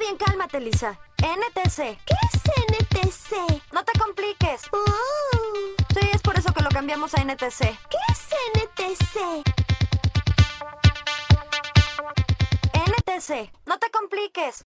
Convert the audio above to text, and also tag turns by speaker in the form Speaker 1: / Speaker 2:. Speaker 1: bien, cálmate, Lisa. NTC.
Speaker 2: ¿Qué es NTC?
Speaker 1: No te compliques.
Speaker 2: Oh,
Speaker 1: Sí, es por eso que lo cambiamos a NTC.
Speaker 2: ¿Qué es NTC?
Speaker 1: NTC. No te compliques.